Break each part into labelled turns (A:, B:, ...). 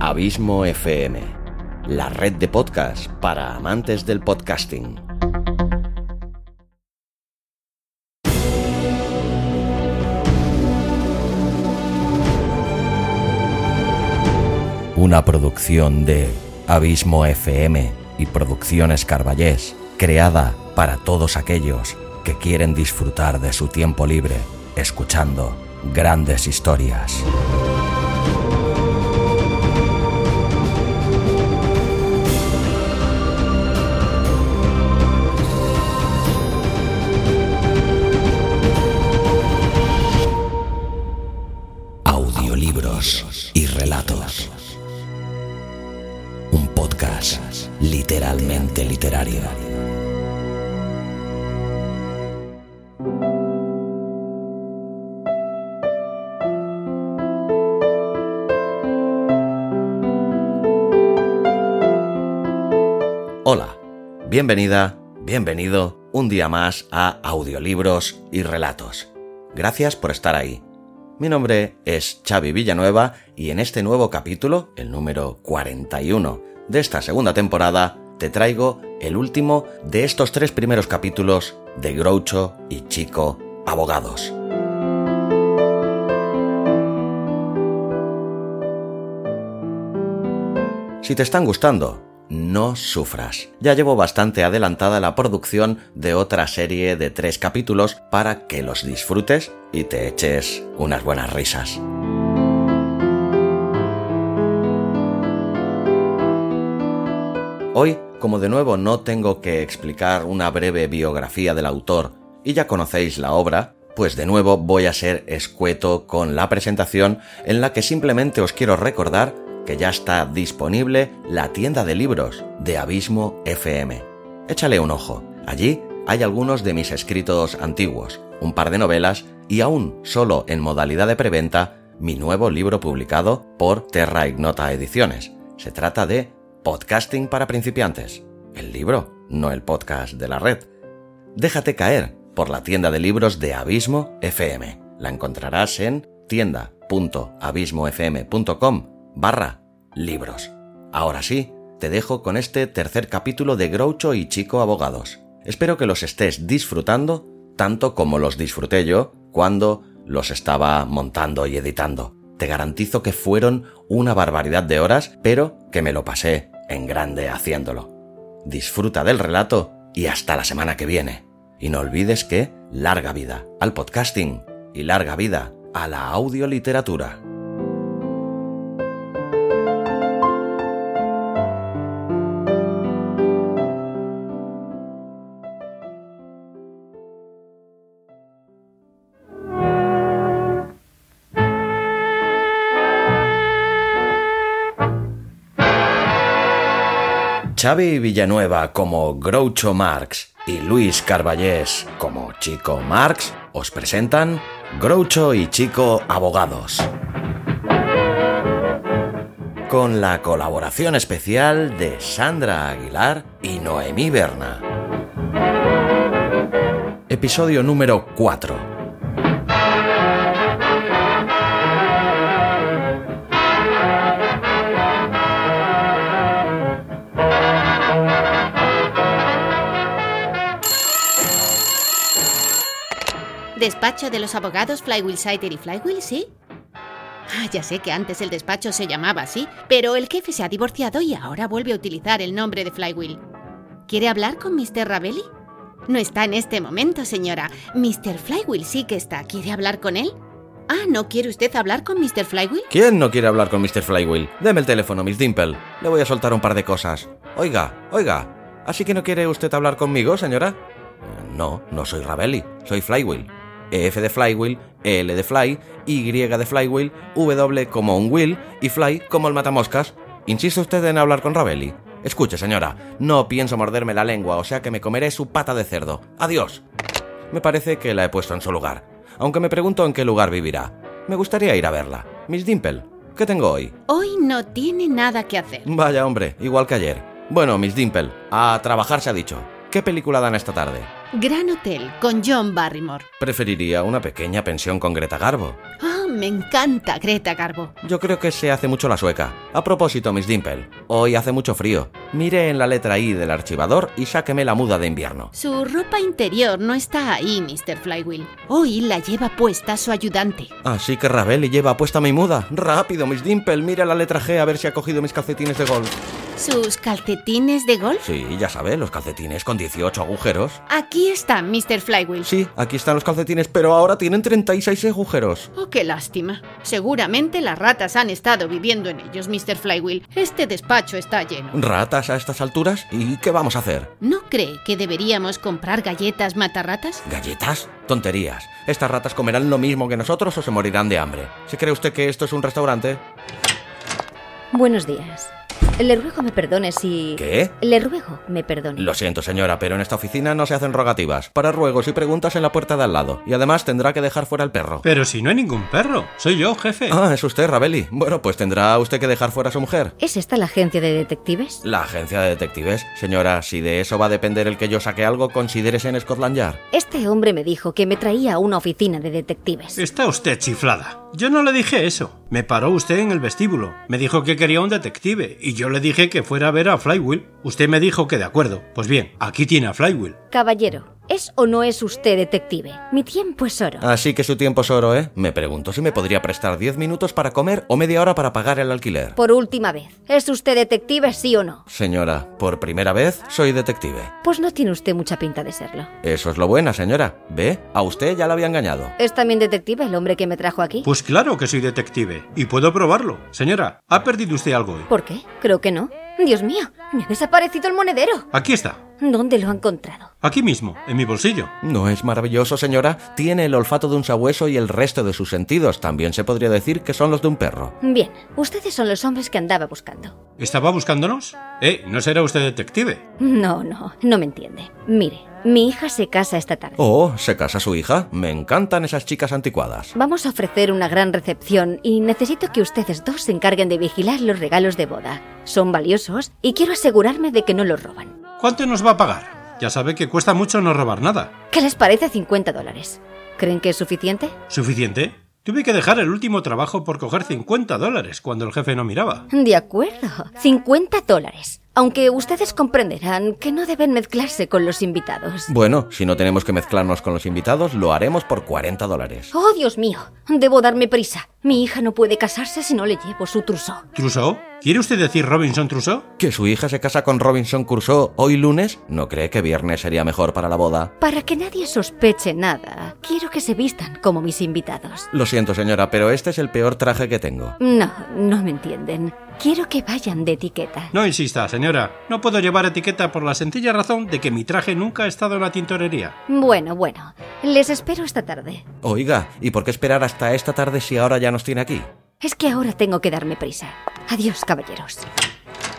A: Abismo FM, la red de podcast para amantes del podcasting. Una producción de Abismo FM y Producciones Carballés, creada para todos aquellos que quieren disfrutar de su tiempo libre escuchando grandes historias. Audiolibros y relatos. Un podcast literalmente literario. Hola, bienvenida, bienvenido un día más a Audiolibros y Relatos. Gracias por estar ahí. Mi nombre es Xavi Villanueva y en este nuevo capítulo, el número 41 de esta segunda temporada, te traigo el último de estos tres primeros capítulos de Groucho y Chico Abogados. Si te están gustando, no sufras. Ya llevo bastante adelantada la producción de otra serie de tres capítulos para que los disfrutes y te eches unas buenas risas. Hoy, como de nuevo no tengo que explicar una breve biografía del autor y ya conocéis la obra, pues de nuevo voy a ser escueto con la presentación en la que simplemente os quiero recordar que ya está disponible la tienda de libros de Abismo FM. Échale un ojo. Allí hay algunos de mis escritos antiguos, un par de novelas y aún solo en modalidad de preventa mi nuevo libro publicado por Terra Ignota Ediciones. Se trata de Podcasting para principiantes. El libro, no el podcast de la red. Déjate caer por la tienda de libros de Abismo FM. La encontrarás en tienda.abismofm.com barra libros. Ahora sí, te dejo con este tercer capítulo de Groucho y Chico Abogados. Espero que los estés disfrutando tanto como los disfruté yo cuando los estaba montando y editando. Te garantizo que fueron una barbaridad de horas, pero que me lo pasé en grande haciéndolo. Disfruta del relato y hasta la semana que viene. Y no olvides que larga vida al podcasting y larga vida a la audioliteratura. Xavi Villanueva como Groucho Marx y Luis Carballés como Chico Marx os presentan Groucho y Chico Abogados. Con la colaboración especial de Sandra Aguilar y Noemí Berna. Episodio número 4.
B: ¿Despacho de los abogados Flywheel Sider y Flywheel, sí? Ah, ya sé que antes el despacho se llamaba así, pero el jefe se ha divorciado y ahora vuelve a utilizar el nombre de Flywheel. ¿Quiere hablar con Mr. Ravelli? No está en este momento, señora. Mr. Flywheel sí que está. ¿Quiere hablar con él? Ah, ¿no quiere usted hablar con Mr. Flywheel?
A: ¿Quién no quiere hablar con Mr. Flywheel? Deme el teléfono, Miss Dimple. Le voy a soltar un par de cosas. Oiga, oiga. ¿Así que no quiere usted hablar conmigo, señora? Eh, No, no soy Ravelli, soy Flywheel. EF de flywheel, EL de fly, Y de flywheel, W como un wheel y fly como el matamoscas. ¿Insiste usted en hablar con Ravelli? Escuche, señora, no pienso morderme la lengua, o sea que me comeré su pata de cerdo. Adiós. Me parece que la he puesto en su lugar, aunque me pregunto en qué lugar vivirá. Me gustaría ir a verla. Miss Dimple, ¿qué tengo hoy?
B: Hoy no tiene nada que hacer.
A: Vaya hombre, igual que ayer. Bueno, Miss Dimple, a trabajar se ha dicho. ¿Qué película dan esta tarde?
B: Gran Hotel con John Barrymore.
A: Preferiría una pequeña pensión con Greta Garbo.
B: Ah, me encanta Greta Garbo.
A: Yo creo que se hace mucho la sueca. A propósito, Miss Dimple, hoy hace mucho frío. Mire en la letra I del archivador y sáqueme la muda de invierno.
B: Su ropa interior no está ahí, Mr. Flywheel. Hoy la lleva puesta su ayudante.
A: Así que Rabelli lleva puesta mi muda. Rápido, Miss Dimple, mire la letra G a ver si ha cogido mis calcetines de golf.
B: ¿Sus calcetines de golf?
A: Sí, ya sabe, los calcetines con 18 agujeros.
B: Aquí están, Mr. Flywheel.
A: Sí, aquí están los calcetines, pero ahora tienen 36 agujeros.
B: Oh, qué lástima. Seguramente las ratas han estado viviendo en ellos, Mr. Flywheel. Este despacho está lleno.
A: ¿Ratas a estas alturas? ¿Y qué vamos a hacer?
B: ¿No cree que deberíamos comprar galletas matarratas?
A: ¿Galletas? Tonterías. Estas ratas comerán lo mismo que nosotros o se morirán de hambre. ¿Se cree usted que esto es un restaurante?
C: Buenos días. Le ruego me perdone si...
A: ¿Qué?
C: Le ruego me perdone.
A: Lo siento, señora, pero en esta oficina no se hacen rogativas. Para ruegos y preguntas en la puerta de al lado. Y además tendrá que dejar fuera el perro.
D: Pero si no hay ningún perro, soy yo, jefe.
A: Ah, es usted, Rabelli. Bueno, pues tendrá usted que dejar fuera a su mujer.
C: ¿Es esta la agencia de detectives?
A: La agencia de detectives. Señora, si de eso va a depender el que yo saque algo, considérese en Scotland Yard.
C: Este hombre me dijo que me traía a una oficina de detectives.
D: Está usted chiflada. Yo no le dije eso. Me paró usted en el vestíbulo. Me dijo que quería un detective y yo le dije que fuera a ver a Flywheel. Usted me dijo que de acuerdo. Pues bien, aquí tiene a Flywheel.
C: Caballero, ¿es o no es usted detective? Mi tiempo es oro.
A: Así que su tiempo es oro, ¿eh? Me pregunto si me podría prestar 10 minutos para comer o media hora para pagar el alquiler.
C: Por última vez, ¿es usted detective sí o no?
A: Señora, por primera vez soy detective.
C: Pues no tiene usted mucha pinta de serlo.
A: Eso es lo buena, señora. ¿Ve? A usted ya la había engañado.
C: ¿Es también detective el hombre que me trajo aquí?
D: Pues claro que soy detective y puedo probarlo. Señora, ¿ha perdido usted algo hoy?
C: ¿Por qué? Creo que no. Dios mío, me ha desaparecido el monedero.
D: Aquí está.
C: ¿Dónde lo ha encontrado?
D: Aquí mismo, en mi bolsillo.
A: ¿No es maravilloso, señora? Tiene el olfato de un sabueso y el resto de sus sentidos. También se podría decir que son los de un perro.
C: Bien, ustedes son los hombres que andaba buscando.
D: ¿Estaba buscándonos? Eh, ¿no será usted detective?
C: No, no, no me entiende. Mire, mi hija se casa esta tarde.
A: Oh, ¿se casa su hija? Me encantan esas chicas anticuadas.
C: Vamos a ofrecer una gran recepción y necesito que ustedes dos se encarguen de vigilar los regalos de boda. Son valiosos y quiero asegurarme de que no los roban.
D: ¿Cuánto nos va a pagar? Ya sabe que cuesta mucho no robar nada.
C: ¿Qué les parece 50 dólares? ¿Creen que es suficiente?
D: ¿Suficiente? Tuve que dejar el último trabajo por coger 50 dólares cuando el jefe no miraba.
C: De acuerdo, 50 dólares. Aunque ustedes comprenderán que no deben mezclarse con los invitados.
A: Bueno, si no tenemos que mezclarnos con los invitados, lo haremos por 40 dólares.
C: Oh, Dios mío, debo darme prisa. Mi hija no puede casarse si no le llevo su trousseau.
D: ¿Truso? ¿Quiere usted decir Robinson Truso?
A: ¿Que su hija se casa con Robinson Crusoe hoy lunes? ¿No cree que viernes sería mejor para la boda?
C: Para que nadie sospeche nada, quiero que se vistan como mis invitados.
A: Lo siento, señora, pero este es el peor traje que tengo.
C: No, no me entienden. Quiero que vayan de etiqueta.
D: No insista, señora. No puedo llevar etiqueta por la sencilla razón de que mi traje nunca ha estado en la tintorería.
C: Bueno, bueno. Les espero esta tarde.
A: Oiga, ¿y por qué esperar hasta esta tarde si ahora ya nos tiene aquí?
C: Es que ahora tengo que darme prisa. Adiós, caballeros.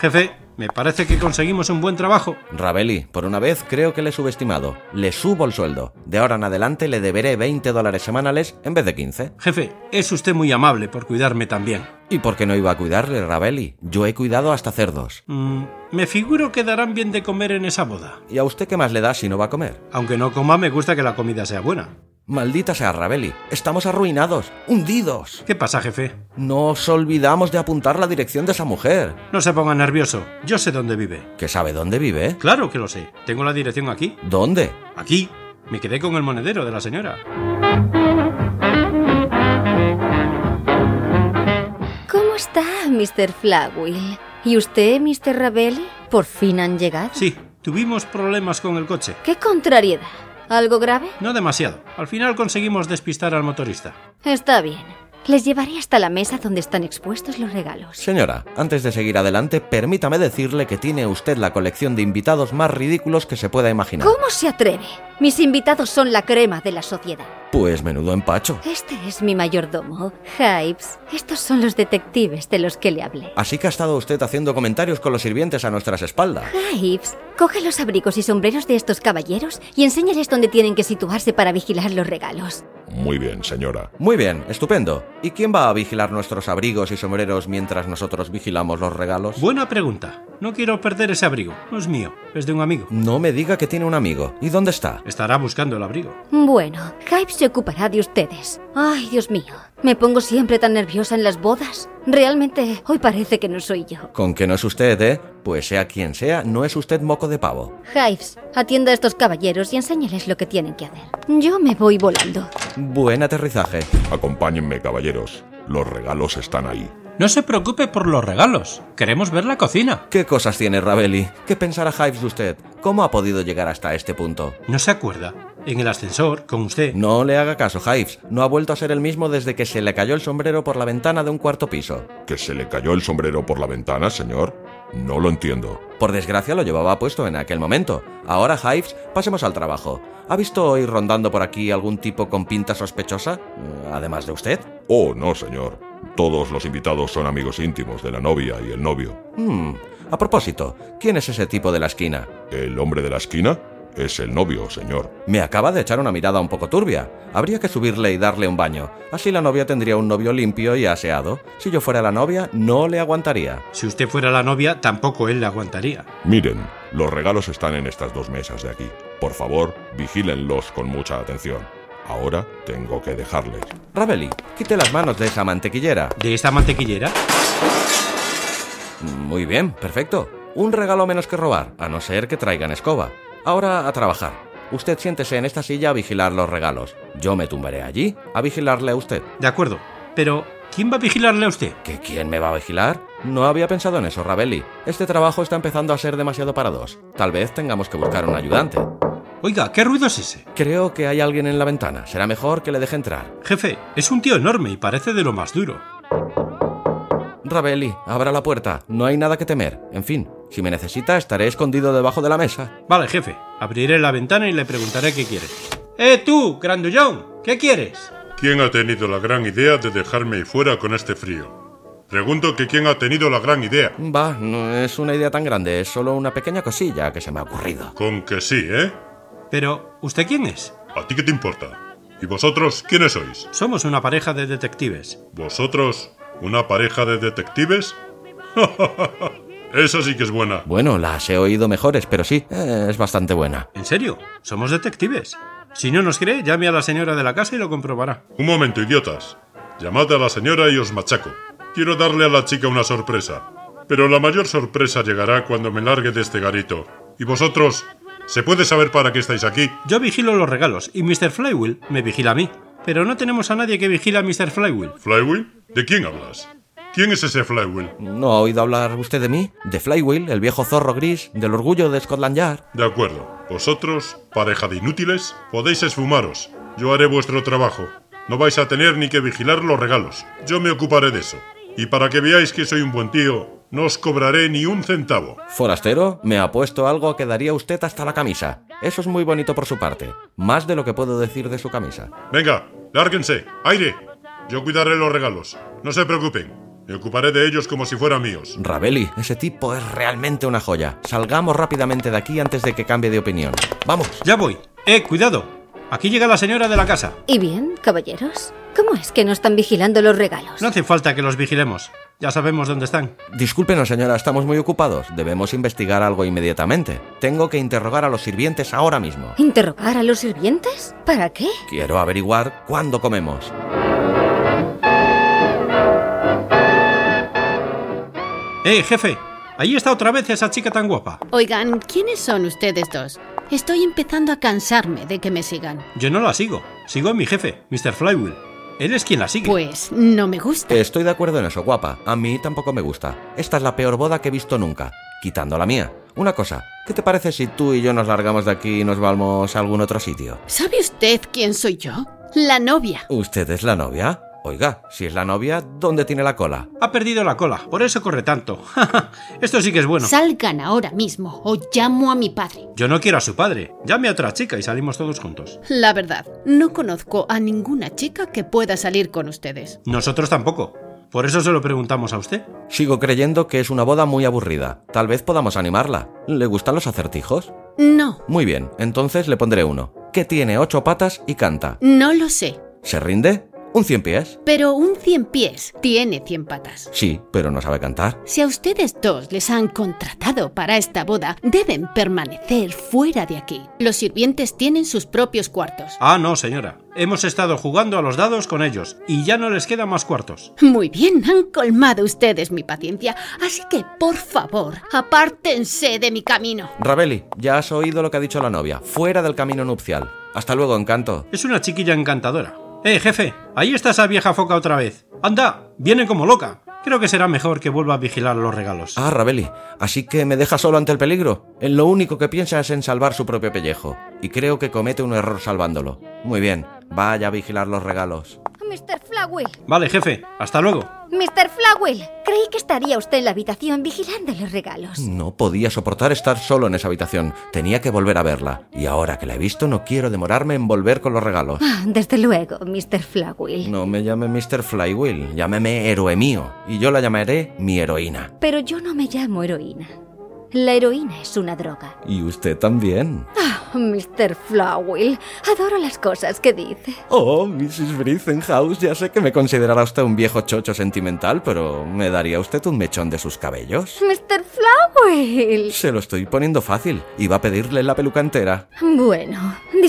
D: Jefe, me parece que conseguimos un buen trabajo.
A: Rabeli, por una vez creo que le he subestimado. Le subo el sueldo. De ahora en adelante le deberé 20 dólares semanales en vez de 15.
D: Jefe, es usted muy amable por cuidarme también.
A: ¿Y por qué no iba a cuidarle, Rabeli? Yo he cuidado hasta cerdos.
D: Mm, me figuro que darán bien de comer en esa boda.
A: ¿Y a usted qué más le da si no va a comer?
D: Aunque no coma, me gusta que la comida sea buena.
A: Maldita sea Rabeli, estamos arruinados, hundidos.
D: ¿Qué pasa, jefe?
A: Nos olvidamos de apuntar la dirección de esa mujer.
D: No se ponga nervioso. Yo sé dónde vive.
A: ¿Que sabe dónde vive?
D: Claro que lo sé. Tengo la dirección aquí.
A: ¿Dónde?
D: Aquí. Me quedé con el monedero de la señora.
C: ¿Cómo está, Mr. Flagwell? ¿Y usted, Mr. Rabelli? ¿Por fin han llegado?
D: Sí, tuvimos problemas con el coche.
C: ¡Qué contrariedad! ¿Algo grave?
D: No demasiado. Al final conseguimos despistar al motorista.
C: Está bien. Les llevaré hasta la mesa donde están expuestos los regalos.
A: Señora, antes de seguir adelante, permítame decirle que tiene usted la colección de invitados más ridículos que se pueda imaginar.
C: ¿Cómo se atreve? Mis invitados son la crema de la sociedad.
A: Pues menudo empacho.
C: Este es mi mayordomo, Hypes. Estos son los detectives de los que le hablé.
A: Así que ha estado usted haciendo comentarios con los sirvientes a nuestras espaldas.
C: Hypes, coge los abrigos y sombreros de estos caballeros y enséñales dónde tienen que situarse para vigilar los regalos.
E: Muy bien, señora.
A: Muy bien, estupendo. ¿Y quién va a vigilar nuestros abrigos y sombreros mientras nosotros vigilamos los regalos?
D: Buena pregunta. No quiero perder ese abrigo. No es mío, es de un amigo.
A: No me diga que tiene un amigo. ¿Y dónde está?
D: Estará buscando el abrigo.
C: Bueno, Hypes se ocupará de ustedes. Ay, Dios mío, me pongo siempre tan nerviosa en las bodas. Realmente, hoy parece que no soy yo.
A: Con que no es usted, ¿eh? Pues sea quien sea, no es usted moco de pavo.
C: Hives, atienda a estos caballeros y enséñales lo que tienen que hacer. Yo me voy volando.
A: Buen aterrizaje.
E: Acompáñenme, caballeros. Los regalos están ahí.
D: No se preocupe por los regalos. Queremos ver la cocina.
A: ¿Qué cosas tiene Ravelli? ¿Qué pensará Hives de usted? ¿Cómo ha podido llegar hasta este punto?
D: ¿No se acuerda? En el ascensor, con usted.
A: No le haga caso, Hives. No ha vuelto a ser el mismo desde que se le cayó el sombrero por la ventana de un cuarto piso.
E: ¿Que se le cayó el sombrero por la ventana, señor? No lo entiendo.
A: Por desgracia lo llevaba puesto en aquel momento. Ahora, Hives, pasemos al trabajo. ¿Ha visto hoy rondando por aquí algún tipo con pinta sospechosa? Eh, Además de usted.
E: Oh, no, señor. Todos los invitados son amigos íntimos de la novia y el novio.
A: Hmm. A propósito, ¿quién es ese tipo de la esquina?
E: ¿El hombre de la esquina? Es el novio, señor.
A: Me acaba de echar una mirada un poco turbia. Habría que subirle y darle un baño. Así la novia tendría un novio limpio y aseado. Si yo fuera la novia, no le aguantaría.
D: Si usted fuera la novia, tampoco él la aguantaría.
E: Miren, los regalos están en estas dos mesas de aquí. Por favor, vigílenlos con mucha atención. Ahora tengo que dejarles.
A: Rabeli, quite las manos de esa mantequillera.
D: ¿De esta mantequillera?
A: Muy bien, perfecto. Un regalo menos que robar, a no ser que traigan escoba. Ahora a trabajar. Usted siéntese en esta silla a vigilar los regalos. Yo me tumbaré allí a vigilarle a usted.
D: De acuerdo. Pero, ¿quién va a vigilarle a usted?
A: ¿Que quién me va a vigilar? No había pensado en eso, Rabelli. Este trabajo está empezando a ser demasiado para dos. Tal vez tengamos que buscar un ayudante.
D: Oiga, ¿qué ruido es ese?
A: Creo que hay alguien en la ventana. Será mejor que le deje entrar.
D: Jefe, es un tío enorme y parece de lo más duro.
A: Rabelli, abra la puerta. No hay nada que temer. En fin, si me necesita, estaré escondido debajo de la mesa.
D: Vale, jefe. Abriré la ventana y le preguntaré qué quiere. ¡Eh, tú, grandullón! ¿Qué quieres?
F: ¿Quién ha tenido la gran idea de dejarme fuera con este frío? Pregunto que quién ha tenido la gran idea.
A: Va, no es una idea tan grande, es solo una pequeña cosilla que se me ha ocurrido.
F: Con que sí, ¿eh?
D: Pero, ¿usted quién es?
F: ¿A ti qué te importa? ¿Y vosotros quiénes sois?
D: Somos una pareja de detectives.
F: ¿Vosotros una pareja de detectives? Esa sí que es buena.
A: Bueno, las he oído mejores, pero sí, eh, es bastante buena.
D: ¿En serio? Somos detectives. Si no nos cree, llame a la señora de la casa y lo comprobará.
F: Un momento, idiotas. Llamad a la señora y os machaco. Quiero darle a la chica una sorpresa. Pero la mayor sorpresa llegará cuando me largue de este garito. ¿Y vosotros? ¿Se puede saber para qué estáis aquí?
D: Yo vigilo los regalos y Mr. Flywheel me vigila a mí. Pero no tenemos a nadie que vigila a Mr. Flywheel.
F: ¿Flywheel? ¿De quién hablas? ¿Quién es ese Flywheel?
A: ¿No ha oído hablar usted de mí? De Flywheel, el viejo zorro gris, del orgullo de Scotland Yard.
F: De acuerdo. Vosotros, pareja de inútiles, podéis esfumaros. Yo haré vuestro trabajo. No vais a tener ni que vigilar los regalos. Yo me ocuparé de eso. Y para que veáis que soy un buen tío, no os cobraré ni un centavo.
A: Forastero, me ha puesto algo que daría usted hasta la camisa. Eso es muy bonito por su parte. Más de lo que puedo decir de su camisa.
F: Venga, lárguense. Aire. Yo cuidaré los regalos. No se preocupen. Me ocuparé de ellos como si fueran míos.
A: Rabeli, ese tipo es realmente una joya. Salgamos rápidamente de aquí antes de que cambie de opinión. Vamos.
D: Ya voy. Eh, cuidado. Aquí llega la señora de la casa.
C: ¿Y bien, caballeros? ¿Cómo es que no están vigilando los regalos?
D: No hace falta que los vigilemos. Ya sabemos dónde están.
A: Discúlpenos, señora, estamos muy ocupados. Debemos investigar algo inmediatamente. Tengo que interrogar a los sirvientes ahora mismo.
C: ¿Interrogar a los sirvientes? ¿Para qué?
A: Quiero averiguar cuándo comemos.
D: Eh, jefe. Ahí está otra vez esa chica tan guapa.
B: Oigan, ¿quiénes son ustedes dos? Estoy empezando a cansarme de que me sigan.
D: Yo no la sigo. Sigo a mi jefe, Mr. Flywheel. Él es quien la sigue.
B: Pues no me gusta.
A: Estoy de acuerdo en eso, guapa. A mí tampoco me gusta. Esta es la peor boda que he visto nunca, quitando la mía. Una cosa, ¿qué te parece si tú y yo nos largamos de aquí y nos vamos a algún otro sitio?
B: ¿Sabe usted quién soy yo? La novia.
A: ¿Usted es la novia? Oiga, si es la novia, ¿dónde tiene la cola?
D: Ha perdido la cola, por eso corre tanto. Esto sí que es bueno.
B: Salgan ahora mismo o llamo a mi padre.
D: Yo no quiero a su padre. Llame a otra chica y salimos todos juntos.
B: La verdad, no conozco a ninguna chica que pueda salir con ustedes.
D: Nosotros tampoco. Por eso se lo preguntamos a usted.
A: Sigo creyendo que es una boda muy aburrida. Tal vez podamos animarla. ¿Le gustan los acertijos?
B: No,
A: Muy bien, entonces le pondré uno. Que tiene ocho patas y canta.
B: no lo sé.
A: ¿Se rinde? ¿Un cien pies?
B: Pero un cien pies tiene cien patas.
A: Sí, pero no sabe cantar.
B: Si a ustedes dos les han contratado para esta boda, deben permanecer fuera de aquí. Los sirvientes tienen sus propios cuartos.
D: Ah, no, señora. Hemos estado jugando a los dados con ellos y ya no les quedan más cuartos.
B: Muy bien, han colmado ustedes mi paciencia, así que por favor, apártense de mi camino.
A: Rabeli, ya has oído lo que ha dicho la novia. Fuera del camino nupcial. Hasta luego, encanto.
D: Es una chiquilla encantadora. Eh, jefe, ahí está esa vieja foca otra vez. Anda, viene como loca. Creo que será mejor que vuelva a vigilar los regalos.
A: Ah, Rabeli, así que me deja solo ante el peligro. En lo único que piensa es en salvar su propio pellejo. Y creo que comete un error salvándolo. Muy bien, vaya a vigilar los regalos.
C: Mr. Flywell,
D: Vale, jefe, hasta luego.
C: Mr. Flywell, creí que estaría usted en la habitación vigilando los regalos.
A: No podía soportar estar solo en esa habitación. Tenía que volver a verla. Y ahora que la he visto, no quiero demorarme en volver con los regalos.
C: Ah, desde luego, Mr. Flywell.
A: No me llame Mr. Flywheel, llámeme héroe mío. Y yo la llamaré mi heroína.
C: Pero yo no me llamo heroína. La heroína es una droga.
A: Y usted también.
C: Ah, Mr. Flywell, adoro las cosas que dice.
A: Oh, Mrs. Brisenhouse, ya sé que me considerará usted un viejo chocho sentimental, pero ¿me daría usted un mechón de sus cabellos?
C: Mr. Flywell.
A: Se lo estoy poniendo fácil. Iba a pedirle la peluca entera.
C: Bueno,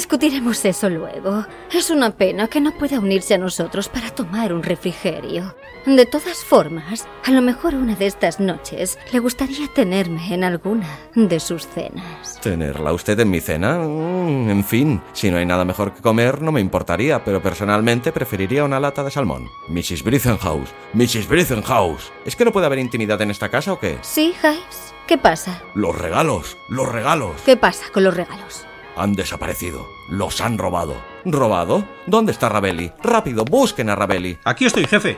C: discutiremos eso luego. Es una pena que no pueda unirse a nosotros para tomar un refrigerio. De todas formas, a lo mejor una de estas noches le gustaría tenerme en alguna de sus cenas.
A: ¿Tenerla usted en mi cena? Mm, en fin, si no hay nada mejor que comer, no me importaría, pero personalmente preferiría una lata de salmón. Mrs. Brisenhouse, Mrs. Brisenhouse. ¿Es que no puede haber intimidad en esta casa o qué?
C: ¿Sí, Hives? ¿Qué pasa?
A: Los regalos, los regalos.
C: ¿Qué pasa con los regalos?
A: Han desaparecido. Los han robado. ¿Robado? ¿Dónde está Rabeli? Rápido, busquen a Rabeli.
D: Aquí estoy, jefe.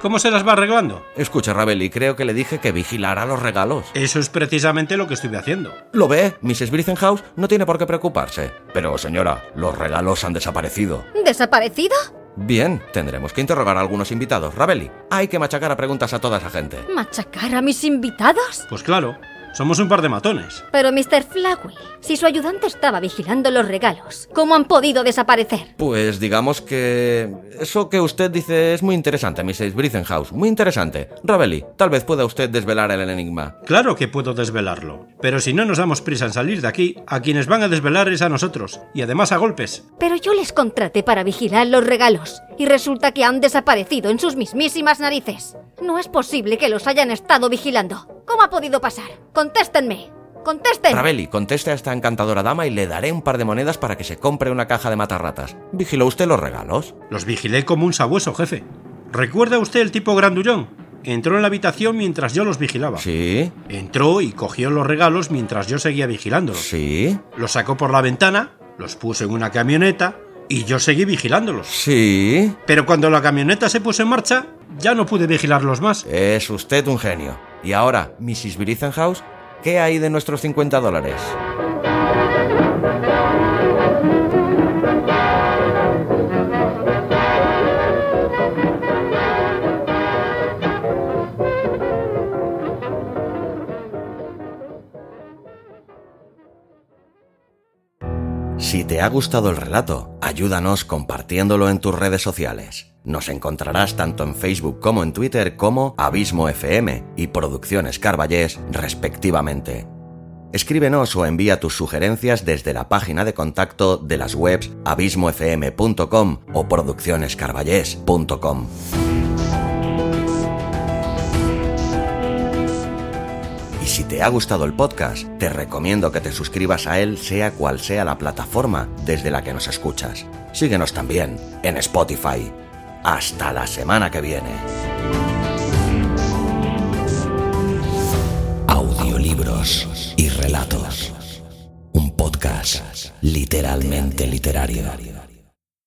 D: ¿Cómo se las va arreglando?
A: Escucha, Rabeli, creo que le dije que vigilara los regalos.
D: Eso es precisamente lo que estuve haciendo.
A: Lo ve, Mrs. Brisenhouse no tiene por qué preocuparse. Pero, señora, los regalos han desaparecido.
C: ¿Desaparecido?
A: Bien, tendremos que interrogar a algunos invitados. Rabeli, hay que machacar a preguntas a toda esa gente.
C: ¿Machacar a mis invitados?
D: Pues claro, somos un par de matones.
C: Pero, Mr. Flywell, si su ayudante estaba vigilando los regalos, ¿cómo han podido desaparecer?
A: Pues digamos que... Eso que usted dice es muy interesante, Mrs. Brisenhouse. Muy interesante. Rabeli, tal vez pueda usted desvelar el enigma.
D: Claro que puedo desvelarlo, pero si no nos damos prisa en salir de aquí, a quienes van a desvelar es a nosotros, y además a golpes.
C: Pero yo les contraté para vigilar los regalos y resulta que han desaparecido en sus mismísimas narices. No es posible que los hayan estado vigilando. ¿Cómo ha podido pasar? Contéstenme. Contesten.
A: Rabeli, conteste a esta encantadora dama y le daré un par de monedas para que se compre una caja de matarratas. ¿Vigiló usted los regalos?
D: Los vigilé como un sabueso, jefe. ¿Recuerda usted el tipo grandullón? Entró en la habitación mientras yo los vigilaba.
A: Sí.
D: Entró y cogió los regalos mientras yo seguía vigilándolos.
A: Sí.
D: Los sacó por la ventana, los puso en una camioneta y yo seguí vigilándolos.
A: Sí.
D: Pero cuando la camioneta se puso en marcha, ya no pude vigilarlos más.
A: Es usted un genio. Y ahora, Mrs. Brisenhouse, ¿qué hay de nuestros 50 dólares? Si te ha gustado el relato, ayúdanos compartiéndolo en tus redes sociales. Nos encontrarás tanto en Facebook como en Twitter como Abismo FM y Producciones Carballés, respectivamente. Escríbenos o envía tus sugerencias desde la página de contacto de las webs abismofm.com o produccionescarballés.com. Y si te ha gustado el podcast, te recomiendo que te suscribas a él sea cual sea la plataforma desde la que nos escuchas. Síguenos también en Spotify. Hasta la semana que viene. Audiolibros y relatos. Un podcast literalmente literario.